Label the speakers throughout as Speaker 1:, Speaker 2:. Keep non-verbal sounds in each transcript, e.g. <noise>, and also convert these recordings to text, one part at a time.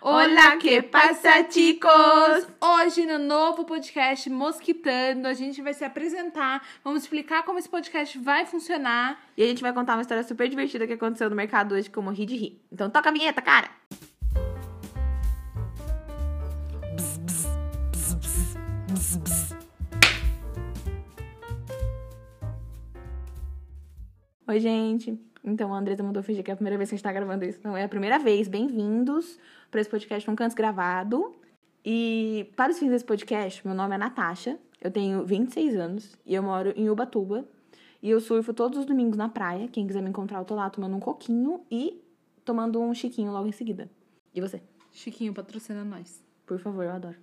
Speaker 1: Olá, que passa, chicos?
Speaker 2: Hoje, no novo podcast Mosquitando, a gente vai se apresentar, vamos explicar como esse podcast vai funcionar.
Speaker 1: E a gente vai contar uma história super divertida que aconteceu no mercado hoje que eu morri de rir. Então toca a vinheta, cara! Oi, gente. Então, a Andresa mandou fingir que é a primeira vez que a gente tá gravando isso. Não, é a primeira vez. Bem-vindos para esse podcast Nunca Antes Gravado. E para os fins desse podcast, meu nome é Natasha. Eu tenho 26 anos e eu moro em Ubatuba. E eu surfo todos os domingos na praia. Quem quiser me encontrar, eu tô lá tomando um coquinho e tomando um chiquinho logo em seguida. E você?
Speaker 2: Chiquinho patrocina nós.
Speaker 1: Por favor, eu adoro.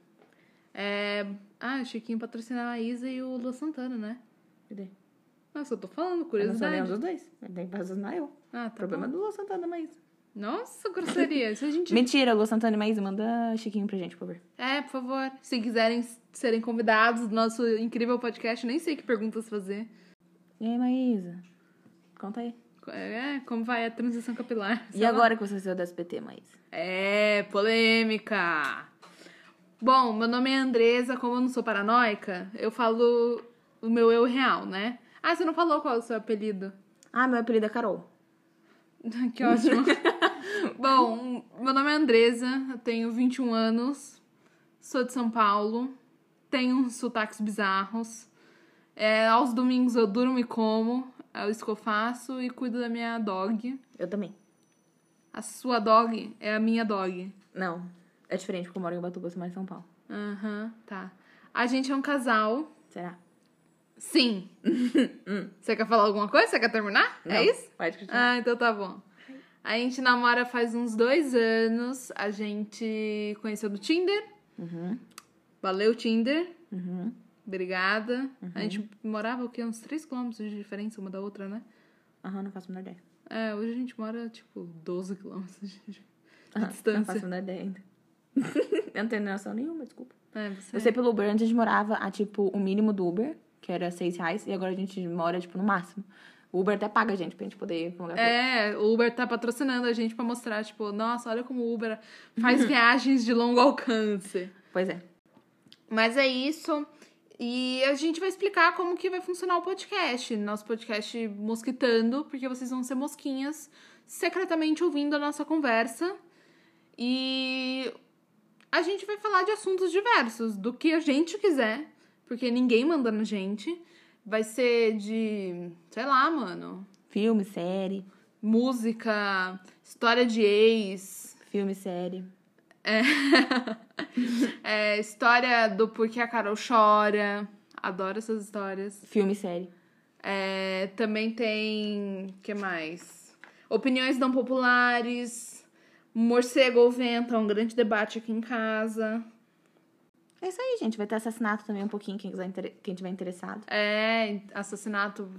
Speaker 2: É... Ah, o Chiquinho patrocina a Laísa e o Lua Santana, né?
Speaker 1: Cadê?
Speaker 2: Nossa, eu tô falando,
Speaker 1: Eu não sou
Speaker 2: curiosidade.
Speaker 1: nenhum dos dois. Tem que patrocinar eu.
Speaker 2: Ah, tá
Speaker 1: Problema
Speaker 2: bom.
Speaker 1: do Lua Santana, Maísa.
Speaker 2: Nossa, grosseria. Se a
Speaker 1: <laughs>
Speaker 2: gente...
Speaker 1: Mentira, Lua Santana e Maísa, manda chiquinho pra gente, por favor.
Speaker 2: É, por favor. Se quiserem s- serem convidados do nosso incrível podcast, nem sei que perguntas fazer.
Speaker 1: E aí, Maísa? Conta aí.
Speaker 2: É, como vai a transição capilar.
Speaker 1: e
Speaker 2: sei lá.
Speaker 1: agora que você saiu do SPT, Maísa?
Speaker 2: É, polêmica. Bom, meu nome é Andresa, como eu não sou paranoica, eu falo o meu eu real, né? Ah, você não falou qual é o seu apelido. <laughs>
Speaker 1: Ah, meu apelido é Carol.
Speaker 2: que ótimo. Bom, meu nome é Andresa, eu tenho 21 anos, sou de São Paulo, tenho uns sotaques bizarros. É, aos domingos eu durmo e como, é isso que eu faço e cuido da minha dog.
Speaker 1: Eu também.
Speaker 2: A sua dog é a minha dog.
Speaker 1: Não. É diferente, porque eu moro em Ubatuba, você mora em São Paulo.
Speaker 2: Aham, tá. A gente é um casal.
Speaker 1: Será? <laughs>
Speaker 2: Sim. Você quer falar alguma coisa? Você quer terminar?
Speaker 1: Não.
Speaker 2: É isso?
Speaker 1: Pode continuar.
Speaker 2: Ah, então tá bom. A gente namora faz uns dois anos. A gente conheceu do Tinder.
Speaker 1: Uhum.
Speaker 2: Valeu, Tinder.
Speaker 1: Uhum.
Speaker 2: Obrigada. A gente morava o quê? Uns 3 km de diferença uma da outra, né?
Speaker 1: Aham, não faço a menor ideia.
Speaker 2: É, hoje a gente mora, tipo, 12 km de, de
Speaker 1: Aham, Não
Speaker 2: distância.
Speaker 1: faço a menor ideia <laughs> ainda. eu não tenho noção nenhuma, desculpa.
Speaker 2: É, você...
Speaker 1: Eu sei pelo Uber, antes a gente morava a, tipo, o mínimo do Uber, que era 6 reais, e agora a gente mora, tipo, no máximo. O Uber até paga a gente pra gente poder ir pra um lugar.
Speaker 2: É, o Uber tá patrocinando a gente pra mostrar, tipo, nossa, olha como o Uber <laughs> faz viagens de longo alcance.
Speaker 1: Pois é.
Speaker 2: Mas é isso. E a gente vai explicar como que vai funcionar o podcast. Nosso podcast Mosquitando, porque vocês vão ser mosquinhas secretamente ouvindo a nossa conversa. E a gente vai falar de assuntos diversos, do que a gente quiser, porque ninguém manda na gente. Vai ser de, sei lá, mano,
Speaker 1: Filme, série,
Speaker 2: música, história de ex,
Speaker 1: filme, série.
Speaker 2: é, história do porquê a Carol chora. Adoro essas histórias.
Speaker 1: Filme, série.
Speaker 2: É, também tem. que mais? Opiniões não populares. Morcego ou vento é um grande debate aqui em casa.
Speaker 1: É isso aí, gente. Vai ter assassinato também um pouquinho, quem, quiser inter- quem tiver interessado.
Speaker 2: É, assassinato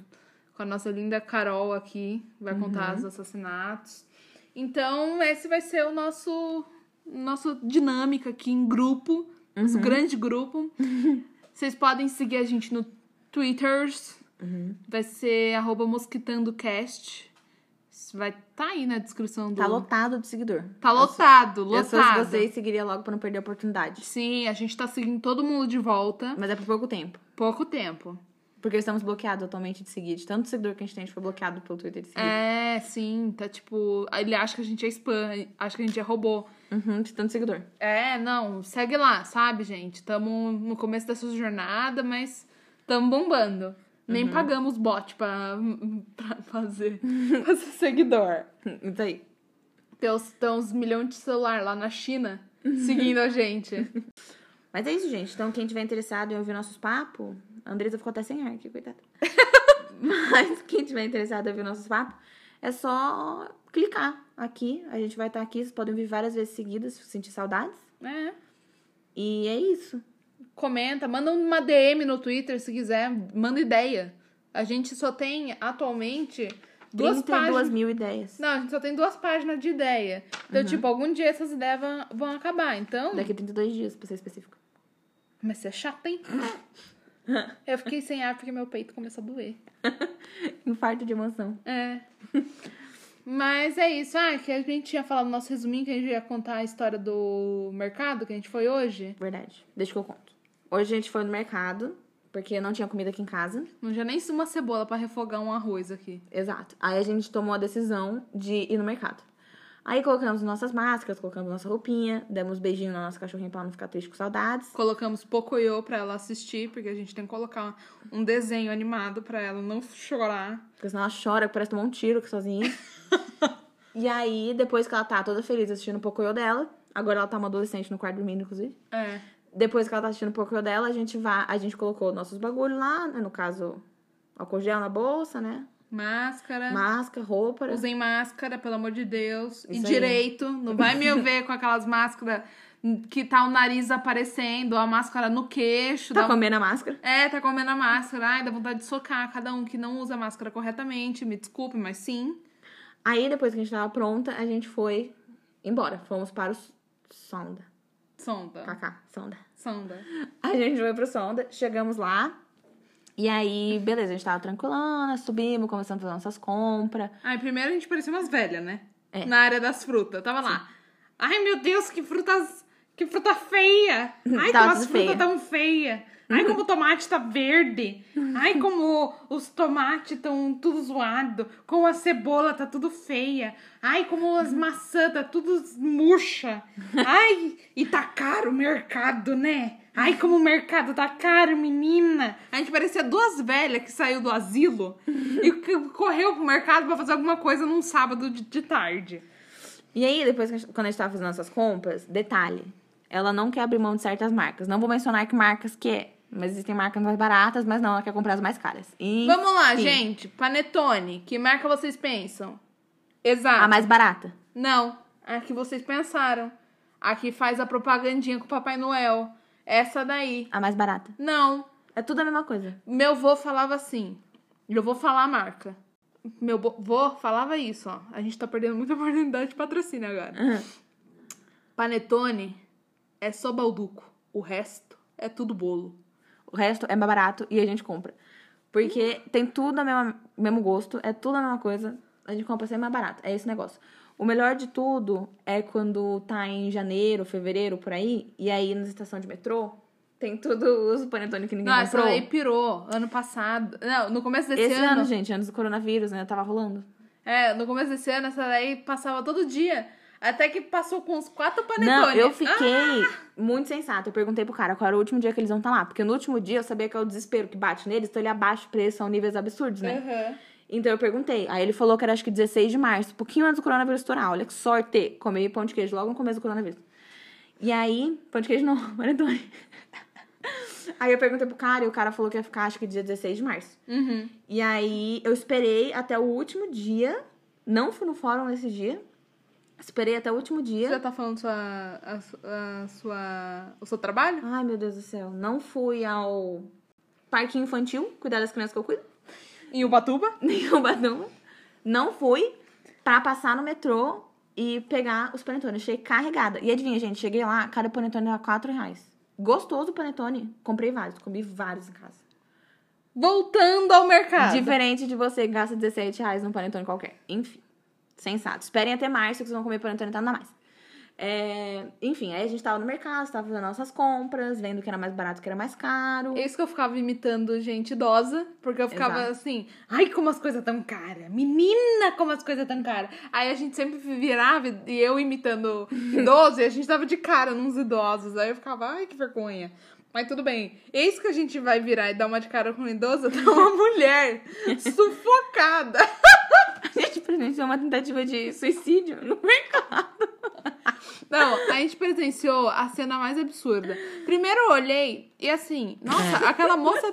Speaker 2: com a nossa linda Carol aqui.
Speaker 1: Uhum.
Speaker 2: Vai contar os assassinatos. Então, esse vai ser o nosso. Nossa dinâmica aqui em grupo. Nosso
Speaker 1: Uhum.
Speaker 2: grande grupo.
Speaker 1: <laughs>
Speaker 2: Vocês podem seguir a gente no Twitters.
Speaker 1: Uhum.
Speaker 2: Vai ser arroba mosquitandocast. Isso Vai tá aí na descrição do.
Speaker 1: Tá lotado de seguidor.
Speaker 2: Tá lotado,
Speaker 1: Eu sou se
Speaker 2: lotado.
Speaker 1: vocês seguiria logo pra não perder a oportunidade.
Speaker 2: Sim, a gente tá seguindo todo mundo de volta.
Speaker 1: Mas é por pouco tempo.
Speaker 2: Pouco tempo.
Speaker 1: Porque estamos bloqueados atualmente de seguir. De tanto seguidor que a gente tem, a gente foi bloqueado pelo Twitter de seguir.
Speaker 2: É, sim, tá tipo. Ele acha que a gente é spam, acha que a gente é robô.
Speaker 1: Uhum, de tanto seguidor.
Speaker 2: É, não, segue lá, sabe, gente? Tamo no começo dessa jornada, mas tamo bombando. Nem pagamos bot pra, <laughs> pra fazer, fazer seguidor.
Speaker 1: Isso Hum, tá aí.
Speaker 2: Tem uns, tem uns milhões de celular lá na China seguindo a gente.
Speaker 1: Mas é isso, gente. Então, quem tiver interessado em ouvir nossos papos, a Andresa ficou até sem ar aqui, coitada. <laughs> Mas quem tiver interessado em ouvir nossos papos, é só clicar aqui. A gente vai estar aqui. Vocês podem ouvir várias vezes seguidas, se sentir saudades.
Speaker 2: É.
Speaker 1: E é isso.
Speaker 2: Comenta, manda uma DM no Twitter se quiser, manda ideia. A gente só tem atualmente duas
Speaker 1: 32
Speaker 2: páginas.
Speaker 1: mil ideias.
Speaker 2: Não, a gente só tem duas páginas de ideia. Então, tipo, algum dia essas ideias vão, vão acabar. Então.
Speaker 1: Daqui 32 dias, pra ser específico.
Speaker 2: Mas você é chata, hein? Eu fiquei sem ar porque meu peito começou a doer.
Speaker 1: Infarto de emoção.
Speaker 2: É. Mas é isso. Ah, que a gente tinha falado no nosso resuminho que a gente ia contar a história do mercado que a gente foi hoje.
Speaker 1: Verdade. Deixa que eu conto. Hoje a gente foi no mercado, porque não tinha comida aqui em casa.
Speaker 2: Não tinha nem uma cebola pra refogar um arroz aqui.
Speaker 1: Exato. Aí a gente tomou a decisão de ir no mercado. Aí colocamos nossas máscaras, colocamos nossa roupinha, demos beijinho na nossa cachorrinha pra ela não ficar triste com saudades.
Speaker 2: Colocamos Pocoyo pra ela assistir, porque a gente tem que colocar um desenho animado pra ela não chorar.
Speaker 1: Porque senão ela chora, parece tomar um tiro aqui sozinha. e aí, depois que ela tá toda feliz assistindo o Pocoyo dela, agora ela tá uma adolescente no quarto dormindo, inclusive.
Speaker 2: É.
Speaker 1: Depois que ela tá assistindo o Pocoyo dela, a gente vai, a gente colocou nossos bagulho lá, né? no caso, álcool gel na bolsa, né?
Speaker 2: Máscara.
Speaker 1: Máscara, roupa.
Speaker 2: Usem máscara, pelo amor de Deus. e
Speaker 1: Isso aí.
Speaker 2: direito. Não vai me ver com aquelas máscaras que tá o nariz aparecendo, a máscara no queixo.
Speaker 1: Tá
Speaker 2: dá um-
Speaker 1: comendo a máscara?
Speaker 2: É, tá comendo a máscara. Ai, dá vontade de socar cada um que não usa a máscara corretamente. Me desculpe, mas sim.
Speaker 1: Aí, depois que a gente tava pronta, a gente foi embora. Fomos para o S- Sonda.
Speaker 2: Sonda.
Speaker 1: Cacá, Sonda.
Speaker 2: Sonda.
Speaker 1: A gente foi pro Sonda, chegamos lá. E aí, beleza, a gente tava tranquilona, subimos, começamos a fazer nossas compras.
Speaker 2: Ai, primeiro a gente parecia umas velhas, né?
Speaker 1: É.
Speaker 2: Na área das frutas. Eu Tava lá. Ai, meu Deus, que frutas. Que fruta feia! Ai,
Speaker 1: Tava
Speaker 2: como as
Speaker 1: tudo
Speaker 2: frutas
Speaker 1: feia.
Speaker 2: tão feias! Ai, como o tomate tá verde! Ai, como os tomates estão tudo zoado! Como a cebola tá tudo feia! Ai, como as maçãs tá tudo murcha! Ai, e tá caro o mercado, né? Ai, como o mercado tá caro, menina! A gente parecia duas velhas que saiu do asilo e que correu pro mercado pra fazer alguma coisa num sábado de, de tarde.
Speaker 1: E aí, depois, que a gente- quando a gente tava fazendo nossas compras, detalhe, ela não quer abrir mão de certas marcas. Não vou mencionar que marcas que é, mas existem marcas mais baratas, mas não, ela quer comprar as mais caras. E,
Speaker 2: Vamos lá,
Speaker 1: sim,
Speaker 2: gente. Panetone, que marca vocês pensam? Exato.
Speaker 1: A mais barata.
Speaker 2: Não, a que vocês pensaram. A que faz a propagandinha com o Papai Noel. Essa daí.
Speaker 1: A mais barata.
Speaker 2: Não.
Speaker 1: É tudo a mesma coisa.
Speaker 2: Meu vô falava assim. Eu vou falar a marca. Meu bo- vô falava isso, ó. A gente tá perdendo muita <laughs> oportunidade de patrocínio agora. Panetone é só balduco. O resto é tudo bolo.
Speaker 1: O resto é mais barato e a gente compra. Porque tem tudo a mesma, mesmo gosto, é tudo a mesma coisa. A gente compra sempre mais barato. É esse negócio. O melhor de tudo é quando tá em janeiro, fevereiro, por aí, e aí na estação de metrô tem tudo os panetone que ninguém
Speaker 2: Não, essa
Speaker 1: comprou.
Speaker 2: daí pirou ano passado. Não, no começo desse
Speaker 1: Esse ano,
Speaker 2: ano
Speaker 1: gente, antes do coronavírus, né? Tava rolando.
Speaker 2: É, no começo desse ano, essa daí passava todo dia. Até que passou com uns quatro panetones. Ah,
Speaker 1: Não, eu fiquei muito sensata. Eu perguntei pro cara qual era o último dia que eles vão estar lá. Porque no último dia eu sabia que é o desespero que bate neles, então ele abaixa o preço, são níveis absurdos, né?
Speaker 2: Aham.
Speaker 1: Então eu perguntei. Aí ele falou que era acho que 16 de março, pouquinho antes do coronavírus estourar. Olha que sorte! Comi pão de queijo logo no começo do coronavírus. E aí, pão de queijo não, <laughs> panetone. Aí eu perguntei pro cara e o cara falou que ia ficar acho que dia 16 de março.
Speaker 2: Uhum.
Speaker 1: E aí eu esperei até o último dia, não fui no fórum nesse dia. Esperei até o último
Speaker 2: Você já
Speaker 1: dia.
Speaker 2: tá falando sua, a, su- a sua, o seu trabalho?
Speaker 1: Ai, meu Deus do céu, não fui ao parque infantil, cuidar das crianças que eu cuido.
Speaker 2: Em Ubatuba?
Speaker 1: <laughs> nenhum batom. Não fui pra passar no metrô e pegar os panetones. Cheguei carregada. E adivinha, gente, cheguei lá, cada panetone era 4 reais. Gostoso o panetone. Comprei vários, comi vários em casa.
Speaker 2: Voltando ao mercado.
Speaker 1: Diferente de você que gasta 17 reais num panetone qualquer. Enfim, sensato. Esperem até março que vocês vão comer panetone e tá nada mais. É, enfim, aí a gente tava no mercado, tava fazendo nossas compras, vendo o que era mais barato, o que era mais caro.
Speaker 2: É isso que eu ficava imitando gente idosa, porque eu ficava
Speaker 1: Exato.
Speaker 2: assim, ai, como as coisas tão caras, menina, como as coisas tão caras. Aí a gente sempre virava e eu
Speaker 1: <laughs>
Speaker 2: imitando idoso, e a gente tava de cara nos idosos, aí eu ficava, ai, que vergonha. Mas tudo bem, eis que a gente vai virar e dar uma de cara com um idoso, <laughs> tá uma
Speaker 1: <laughs>
Speaker 2: mulher sufocada.
Speaker 1: <laughs> A gente presenciou uma tentativa de suicídio no
Speaker 2: Não, a gente presenciou a cena mais absurda. Primeiro eu olhei e assim,
Speaker 1: É.
Speaker 2: nossa, aquela moça.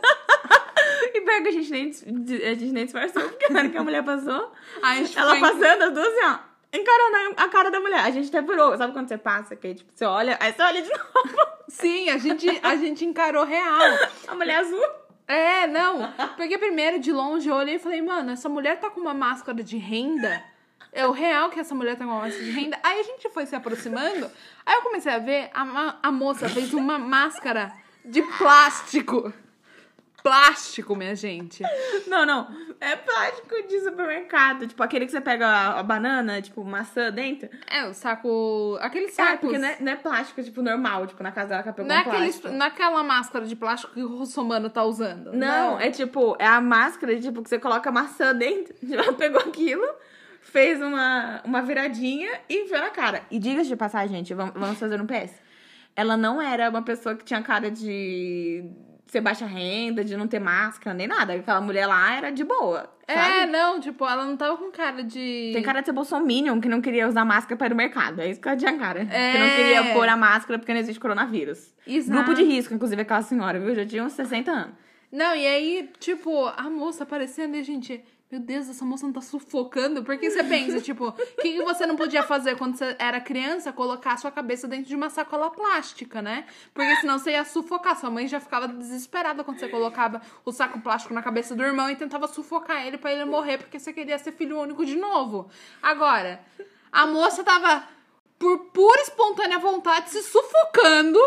Speaker 1: E pior que a gente nem, dis- di- a gente nem disfarçou, porque na hora que a
Speaker 2: <laughs>
Speaker 1: mulher passou,
Speaker 2: A gente
Speaker 1: ela
Speaker 2: foi-
Speaker 1: passando, as duas assim, ó, encarando a cara da mulher. A gente até virou. Sabe quando você passa, que tipo, você olha, aí você olha de novo,
Speaker 2: Sim, a gente, a gente encarou real.
Speaker 1: a mulher azul.
Speaker 2: É, não. Porque primeiro, de longe, eu olhei e falei, mano, essa mulher tá com uma máscara de renda. É o real que essa mulher tá com uma máscara de renda. Aí a gente foi se aproximando. Aí eu comecei a ver, a, ma- a moça fez uma máscara de plástico. plástico, minha gente.
Speaker 1: Não, não. É plástico de supermercado. Tipo, aquele que você pega a, a banana, tipo, maçã dentro.
Speaker 2: É, o saco. Aquele
Speaker 1: É,
Speaker 2: saco.
Speaker 1: porque não é, não é plástico, tipo, normal. Tipo, na casa dela que ela pegou
Speaker 2: Não é
Speaker 1: um
Speaker 2: aquele-
Speaker 1: plástico.
Speaker 2: naquela máscara de plástico que o Russomano tá usando.
Speaker 1: Não, é tipo, é a máscara, tipo, que você coloca a maçã dentro. <laughs> Ela pegou aquilo, fez uma, uma viradinha e enfiou na cara. E diga de passar, gente, vamos, vamos fazer um PS. Ela não era uma pessoa que tinha cara de ser baixa renda, de não ter máscara, nem nada. Aquela mulher lá era de boa.
Speaker 2: É,
Speaker 1: sabe?
Speaker 2: não, tipo, ela não tava com cara de.
Speaker 1: Tem cara de ser bolsominion que não queria usar máscara para ir no mercado. É isso que ela tinha cara. Que não
Speaker 2: É.
Speaker 1: queria pôr a máscara porque não existe coronavírus.
Speaker 2: Exato.
Speaker 1: Grupo de risco, inclusive, aquela senhora, viu? Já tinha uns 60 anos.
Speaker 2: Não, e aí, tipo, a moça aparecendo e a gente. Meu Deus, essa moça não tá sufocando? Porque você pensa, tipo, o que, que você não podia fazer quando você era criança? Colocar a sua cabeça dentro de uma sacola plástica, né? Porque senão você ia sufocar. Sua mãe já ficava desesperada quando você colocava o saco plástico na cabeça do irmão e tentava sufocar ele pra ele morrer, porque você queria ser filho único de novo. Agora, a moça tava, por pura e espontânea vontade, se sufocando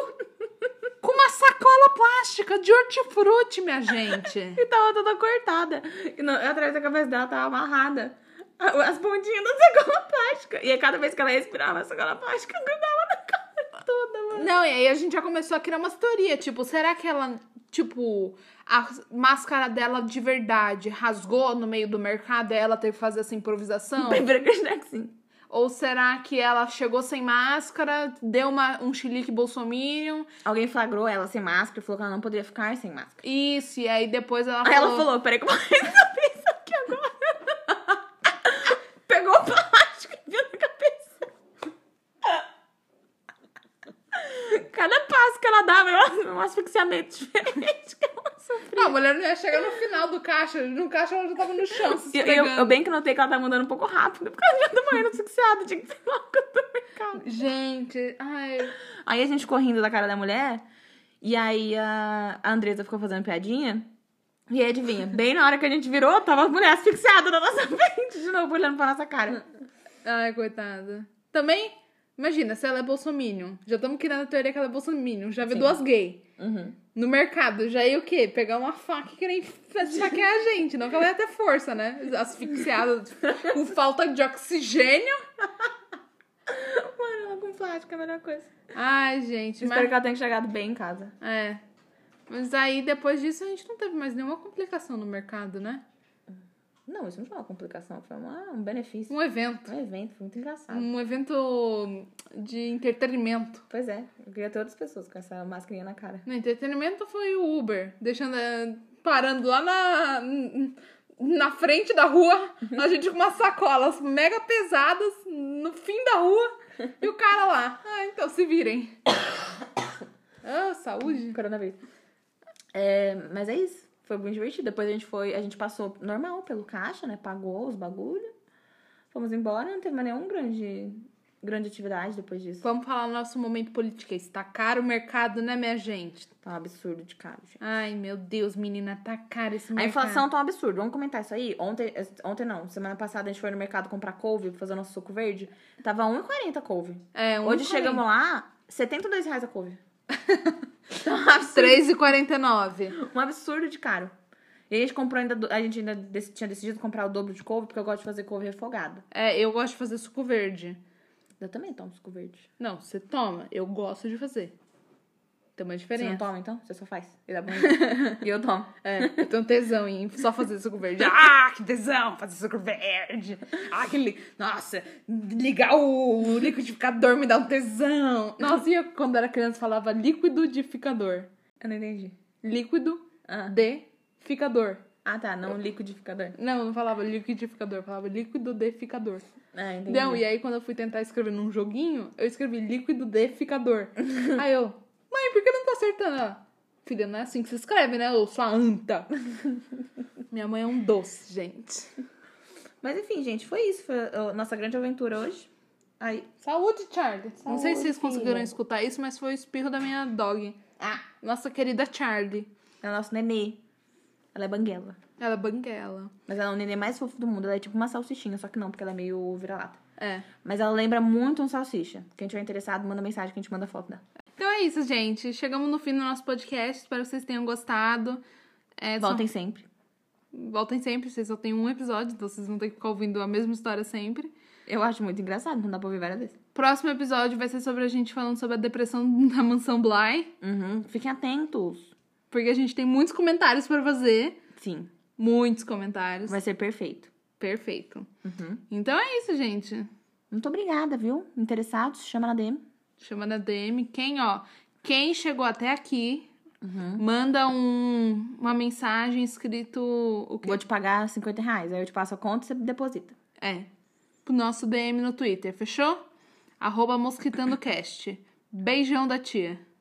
Speaker 2: com uma sacola plástica de hortifruti, minha gente.
Speaker 1: E tava toda cortada. E no- atrás da cabeça dela tava amarrada. a- As pontinhas da sacola <laughs> plástica. E aí, cada vez que ela respirava, a sacola plástica grudava na cara toda, mano.
Speaker 2: Não, e aí a gente já começou a criar umas teorias, tipo, será que ela, tipo, a máscara dela de verdade rasgou no meio do mercado e ela teve que fazer essa improvisação?
Speaker 1: Primeiro acreditar que sim.
Speaker 2: Ou será que ela chegou sem máscara, deu uma, um chilique bolsominion,
Speaker 1: Alguém flagrou ela sem máscara e falou que ela não poderia ficar sem máscara.
Speaker 2: isso, e aí depois ela
Speaker 1: Aí
Speaker 2: falou...
Speaker 1: ela falou: peraí, que eu vou <laughs> resolver isso aqui agora. <laughs> Pegou o plástico e viu na cabeça. Cada passo que ela <laughs> dava era um asfixiamento diferente que ela sofreu.
Speaker 2: Não, a mulher não ia chegar no final do caixa, no caixa ela já tava no chão se
Speaker 1: E <laughs> Eu, eu,
Speaker 2: esfregando.
Speaker 1: eu bem que notei que ela tava andando um pouco rápido, porque ela já tava morrendo asfixiada, tinha que ser logo do mercado.
Speaker 2: Gente, ai...
Speaker 1: Aí a gente correndo da cara da mulher, e aí a, a Andresa ficou fazendo piadinha, e aí adivinha, bem na hora que a gente virou, tava a mulher asfixiada na nossa <laughs> frente, de novo olhando pra nossa cara.
Speaker 2: Ai, coitada. Também, imagina, se ela é bolsominion. Já estamos criando a teoria que ela é bolsominion. Já vê duas gay
Speaker 1: Uhum.
Speaker 2: no mercado. Já ia o quê? Pegar uma faca e querer enf- esfaquear a gente. Não que ela ia ter força, né? Asfixiada, com falta de oxigênio.
Speaker 1: Mano, ela com plástico é a melhor coisa.
Speaker 2: Ai, gente.
Speaker 1: Espero
Speaker 2: Mas,
Speaker 1: que ela tenha chegado bem em casa.
Speaker 2: é. Mas aí, depois disso, a gente não teve mais nenhuma complicação no mercado, né?
Speaker 1: Não, isso não foi uma complicação, foi uma- um benefício.
Speaker 2: Um evento.
Speaker 1: Um evento, foi muito engraçado.
Speaker 2: Um evento de entretenimento.
Speaker 1: Pois é, eu queria ter outras pessoas com essa mascarinha na cara.
Speaker 2: No entretenimento foi o Uber, deixando eh, parando lá na na frente da rua, a gente com umas sacolas mega pesadas no fim da rua e o cara lá. Ah, então se virem. <coughs> Ah, saúde.
Speaker 1: Coronavírus. É, mas é isso. Foi muito divertido. Depois a gente foi, a gente passou normal pelo caixa, né? Pagou os bagulhos. Fomos embora, não teve mais nenhum grande, grande atividade depois disso.
Speaker 2: Vamos falar do nosso momento politiquês. Tá caro o mercado, né, minha gente?
Speaker 1: Tá um absurdo de caro, gente.
Speaker 2: Ai, meu Deus, menina, tá caro esse
Speaker 1: A
Speaker 2: mercado.
Speaker 1: inflação tá um absurdo. Vamos comentar isso aí? Ontem, ontem não, semana passada a gente foi no mercado comprar couve pra fazer nosso suco verde. Tava 1,40 a couve.
Speaker 2: É, um
Speaker 1: Hoje
Speaker 2: <laughs>
Speaker 1: chegamos lá, R$ 72 reais a couve.
Speaker 2: a 3,49.
Speaker 1: Um absurdo de caro. E a gente comprou ainda, do- a gente ainda dec- tinha decidido comprar o dobro de couve, porque eu gosto de fazer couve refogada.
Speaker 2: É, eu gosto de fazer suco verde.
Speaker 1: Eu também tomo suco verde.
Speaker 2: Não, você toma. Eu gosto de fazer. Tem uma
Speaker 1: Você não
Speaker 2: diferença.
Speaker 1: toma, então? Você só faz. E dá bom. e eu tomo.
Speaker 2: É, eu tenho tesão em só fazer suco verde. Ah, que tesão fazer suco verde. Ah, que li... Nossa, ligar o, o liquidificador me dá um tesão. Nossa, e eu, quando era criança falava liquidificador.
Speaker 1: Eu não entendi.
Speaker 2: Líquido
Speaker 1: Ah,
Speaker 2: de ficador.
Speaker 1: Ah, tá. Não liquidificador.
Speaker 2: Não, eu não falava liquidificador, eu falava líquido deficador.
Speaker 1: Ah, entendi.
Speaker 2: Não, e aí quando eu fui tentar escrever num joguinho, eu escrevi líquido
Speaker 1: <laughs>
Speaker 2: deficador. aí eu, mãe, por que eu não tô acertando? Ela, Filha, não é assim que se escreve, né? Ou sua
Speaker 1: <laughs>
Speaker 2: anta. Minha mãe é um doce, gente.
Speaker 1: Mas enfim, gente, foi isso. Foi a nossa grande aventura hoje. Aí.
Speaker 2: Saúde, Charlie. não sei se
Speaker 1: Saúde,
Speaker 2: vocês conseguiram
Speaker 1: filha.
Speaker 2: escutar isso, mas foi o espirro da minha dog.
Speaker 1: Ah,
Speaker 2: Nossa querida Charlie.
Speaker 1: é o nosso nenê. Ela é banguela.
Speaker 2: Ela é banguela.
Speaker 1: Mas ela é o nenê mais fofo do mundo. Ela é tipo uma salsichinha, só que não, porque ela é meio vira-lata.
Speaker 2: É.
Speaker 1: Mas ela lembra muito um salsicha. Quem tiver interessado, manda mensagem que a gente manda foto dela.
Speaker 2: Então é isso, gente. Chegamos no fim do nosso podcast. Espero que vocês tenham gostado. É, só-
Speaker 1: Voltem sempre.
Speaker 2: voltem sempre, vocês só tem um episódio, então vocês vão ter que ficar ouvindo a mesma história sempre.
Speaker 1: Eu acho muito engraçado, não dá pra ouvir várias vezes.
Speaker 2: Próximo episódio vai ser sobre a gente falando sobre a depressão <laughs> na mansão Bly,
Speaker 1: Uhum. Fiquem atentos.
Speaker 2: porque a gente tem muitos comentários pra fazer.
Speaker 1: Sim,
Speaker 2: Muitos comentários.
Speaker 1: vai ser perfeito.
Speaker 2: Perfeito.
Speaker 1: Uhum.
Speaker 2: Então é isso, gente.
Speaker 1: Muito obrigada, viu? Interessados? Chama na DM.
Speaker 2: Chama na DM. Quem, ó, quem chegou até aqui,
Speaker 1: Uhum.
Speaker 2: manda um, uma mensagem escrito o quê?
Speaker 1: Vou te pagar 50 reais. Aí eu te passo a conta e você deposita.
Speaker 2: É. Pro nosso DM no Twitter, fechou? Arroba mosquitandocast. Beijão da tia.